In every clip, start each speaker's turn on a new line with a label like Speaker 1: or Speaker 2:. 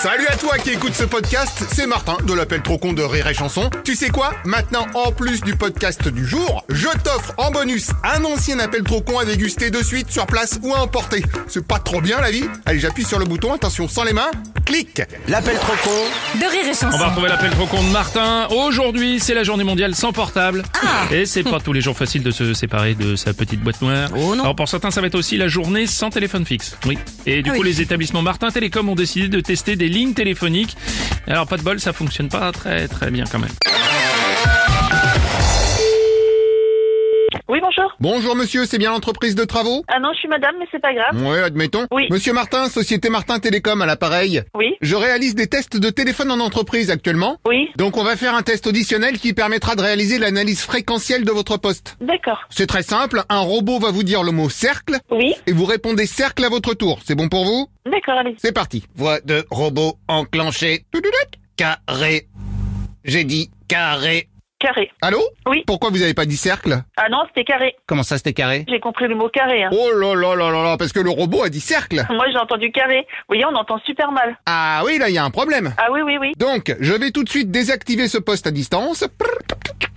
Speaker 1: Salut à toi qui écoute ce podcast, c'est Martin de l'appel trop con de Rire et Chanson. Tu sais quoi Maintenant, en plus du podcast du jour, je t'offre en bonus un ancien appel trop con à déguster de suite sur place ou à emporter. C'est pas trop bien la vie Allez, j'appuie sur le bouton, attention, sans les mains, clique
Speaker 2: L'appel trop con
Speaker 3: de rire et
Speaker 4: On va
Speaker 3: chanson.
Speaker 4: retrouver l'appel trop con de Martin. Aujourd'hui, c'est la journée mondiale sans portable.
Speaker 3: Ah.
Speaker 4: Et c'est pas tous les jours facile de se séparer de sa petite boîte noire.
Speaker 3: Oh non.
Speaker 4: Alors pour certains, ça va être aussi la journée sans téléphone fixe. Oui. Et du
Speaker 3: Ah
Speaker 4: coup,
Speaker 3: oui.
Speaker 4: les établissements Martin Télécom ont décidé de tester des lignes téléphoniques. Alors pas de bol, ça fonctionne pas très très bien quand même.
Speaker 5: Oui, bonjour.
Speaker 1: Bonjour monsieur, c'est bien l'entreprise de travaux
Speaker 5: Ah non, je suis madame, mais c'est pas grave.
Speaker 1: Ouais, admettons.
Speaker 5: Oui.
Speaker 1: Monsieur Martin, Société Martin Télécom à l'appareil.
Speaker 5: Oui,
Speaker 1: Je réalise des tests de téléphone en entreprise actuellement.
Speaker 5: oui,
Speaker 1: Donc on va faire un test auditionnel qui permettra de réaliser l'analyse fréquentielle de votre poste.
Speaker 5: d'accord.
Speaker 1: C'est très simple, un robot va vous dire le mot cercle
Speaker 5: Oui,
Speaker 1: et vous répondez cercle à votre tour. C'est bon pour vous
Speaker 5: d'accord, allez.
Speaker 1: C'est parti. Voix de robot enclenchée. Toudoudouc. Carré. J'ai dit carré.
Speaker 5: Carré.
Speaker 1: Allô
Speaker 5: Oui.
Speaker 1: Pourquoi vous avez pas dit cercle
Speaker 5: Ah non, c'était carré.
Speaker 1: Comment ça c'était carré
Speaker 5: J'ai compris le mot carré. hein.
Speaker 1: Oh là là là là là, parce que le robot a dit cercle.
Speaker 5: Moi, j'ai entendu carré. Vous voyez, on entend super mal.
Speaker 1: Ah oui, là il y a un problème.
Speaker 5: Ah oui, oui, oui.
Speaker 1: Donc, je vais tout de suite désactiver ce poste à distance. Prrr.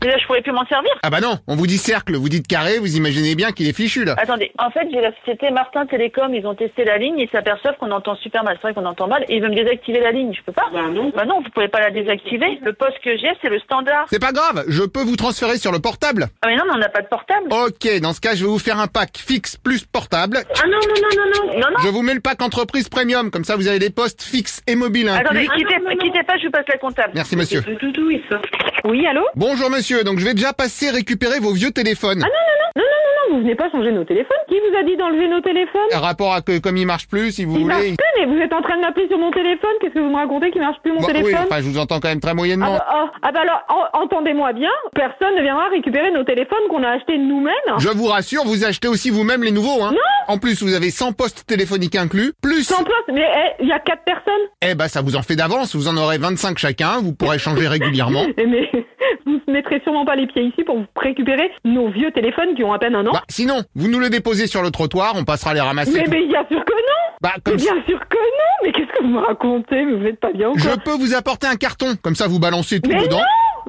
Speaker 5: Et là, je pourrais plus m'en servir.
Speaker 1: Ah bah non, on vous dit cercle, vous dites carré, vous imaginez bien qu'il est fichu là.
Speaker 5: Attendez, en fait, j'ai la société Martin Télécom. Ils ont testé la ligne. Ils s'aperçoivent qu'on entend super mal. C'est vrai qu'on entend mal. Et ils veulent me désactiver la ligne. Je peux pas. Bah non. Bah non, vous pouvez pas la désactiver. Le poste que j'ai, c'est le standard.
Speaker 1: C'est pas grave, je peux vous transférer sur le portable.
Speaker 5: Ah mais non, mais on n'a pas de portable.
Speaker 1: Ok, dans ce cas, je vais vous faire un pack fixe plus portable.
Speaker 5: Ah non, non, non, non, non. Non, non.
Speaker 1: Je vous mets le pack entreprise premium, comme ça vous avez des postes fixes et mobiles
Speaker 5: Attendez, hein.
Speaker 1: inclus.
Speaker 5: quittez, quittez pas, je vous passe la comptable.
Speaker 1: Merci monsieur.
Speaker 6: Oui, allô
Speaker 1: Bonjour monsieur, donc je vais déjà passer récupérer vos vieux téléphones.
Speaker 6: Non, non, non, non, vous venez pas changer nos téléphones. Qui vous a dit d'enlever nos téléphones
Speaker 1: Rapport à que comme il marche plus, si vous
Speaker 6: Il marche
Speaker 1: voulez.
Speaker 6: plus, mais vous êtes en train de m'appeler sur mon téléphone. Qu'est-ce que vous me racontez qui marche plus mon
Speaker 1: Bon, Bah, oui,
Speaker 6: téléphone
Speaker 1: enfin je vous entends quand même très
Speaker 6: ah,
Speaker 1: moyennement.
Speaker 6: bah, oh, ah bah alors, en- entendez-moi bien, personne ne viendra récupérer nos téléphones qu'on a achetés nous-mêmes.
Speaker 1: Je vous rassure, vous achetez aussi vous-même les nouveaux, hein. en plus, vous avez 100 postes téléphoniques inclus, plus...
Speaker 6: Sans place, mais eh, il y a quatre personnes.
Speaker 1: Eh ben, ça vous en fait d'avance, vous en aurez 25 chacun, vous pourrez changer régulièrement.
Speaker 6: Eh, Mais vous ne mettrez sûrement pas les pieds ici pour vous récupérer nos vieux téléphones qui ont à peine un an.
Speaker 1: Bah, sinon, vous nous les déposez sur le trottoir, on passera les ramasser.
Speaker 6: mais mais bien sûr que non
Speaker 1: Bah,
Speaker 6: Mais
Speaker 1: comme ça,
Speaker 6: bien sûr que non Mais qu'est-ce que vous me racontez Mais Vous n'êtes pas bien ou
Speaker 1: je
Speaker 6: quoi
Speaker 1: peux vous apporter un carton, comme ça vous balancez tout
Speaker 6: Mais
Speaker 1: dedans.
Speaker 6: non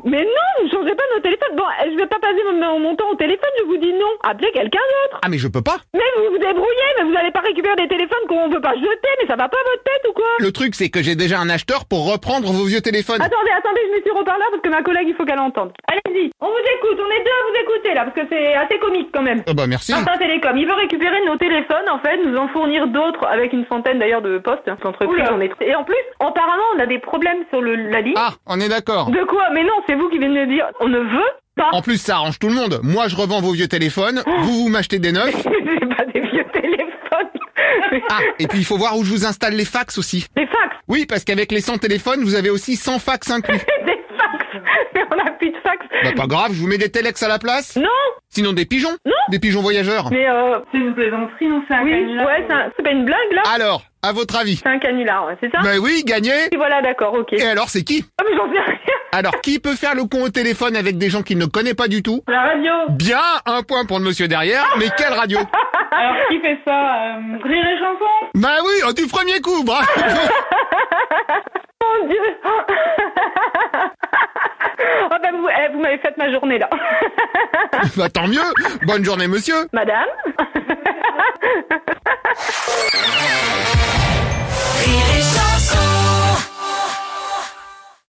Speaker 6: Mais non, vous ne changez pas nos téléphones. Bon, je vais pas passer mon, mon temps au téléphone, je vous dis non. Appelez quelqu'un d'autre.
Speaker 1: Ah, mais je peux pas.
Speaker 6: Mais vous vous débrouillez, mais vous n'allez pas récupérer des téléphones qu'on ne peut pas jeter, mais ça va pas à votre tête ou quoi
Speaker 1: Le truc, c'est que j'ai déjà un acheteur pour reprendre vos vieux téléphones.
Speaker 6: Attendez, attendez, je mets sur reparleur parce que ma collègue, il faut qu'elle entende. Allez-y, on vous écoute, on est deux à vous écouter là, parce que c'est assez comique quand même.
Speaker 1: Ah bah, merci.
Speaker 6: Martin Télécom, il veut récupérer nos téléphones en fait, nous en fournir d'autres avec une centaine d'ailleurs de postes. hein, L'entreprise
Speaker 5: Oula.
Speaker 6: en est. Et en plus, apparemment, on a des problèmes sur le, la ligne.
Speaker 1: Ah, on est d'accord.
Speaker 6: De quoi Mais non, c'est vous qui venez de dire, on ne veut pas.
Speaker 1: En plus, ça arrange tout le monde. Moi, je revends vos vieux téléphones, vous, vous m'achetez des neufs.
Speaker 6: J'ai pas des vieux téléphones.
Speaker 1: Ah, et puis il faut voir où je vous installe les fax aussi.
Speaker 6: Des fax,
Speaker 1: Oui, parce qu'avec les 100 téléphones, vous avez aussi 100 fax inclus.
Speaker 6: des fax. Mais on a plus de fax.
Speaker 1: Bah, pas grave, je vous mets des telex à la place.
Speaker 6: Non,
Speaker 1: Sinon, des pigeons. Des pigeons voyageurs.
Speaker 6: mais euh,
Speaker 7: C'est une plaisanterie, non C'est un
Speaker 6: oui,
Speaker 7: canular.
Speaker 6: ouais, c'est un- c'est pas une blague là.
Speaker 1: Alors, à votre avis
Speaker 6: C'est un canular, ouais, c'est ça.
Speaker 1: Bah oui, gagné.
Speaker 6: Et voilà, d'accord, ok.
Speaker 1: Et alors, c'est qui
Speaker 6: Ah, mais j'en sais rien.
Speaker 1: Alors, qui peut faire le con au téléphone avec des gens qu'il ne connaît pas du tout
Speaker 6: La radio.
Speaker 1: Bien, un point pour le monsieur derrière, mais quelle radio
Speaker 7: Alors, qui fait ça euh, Rire et chanson
Speaker 1: Bah oui, oh, du premier coup, bravo
Speaker 6: Mon Dieu. oh ben vous, eh, vous m'avez fait ma journée là.
Speaker 1: Bah tant mieux Bonne journée, monsieur
Speaker 6: Madame.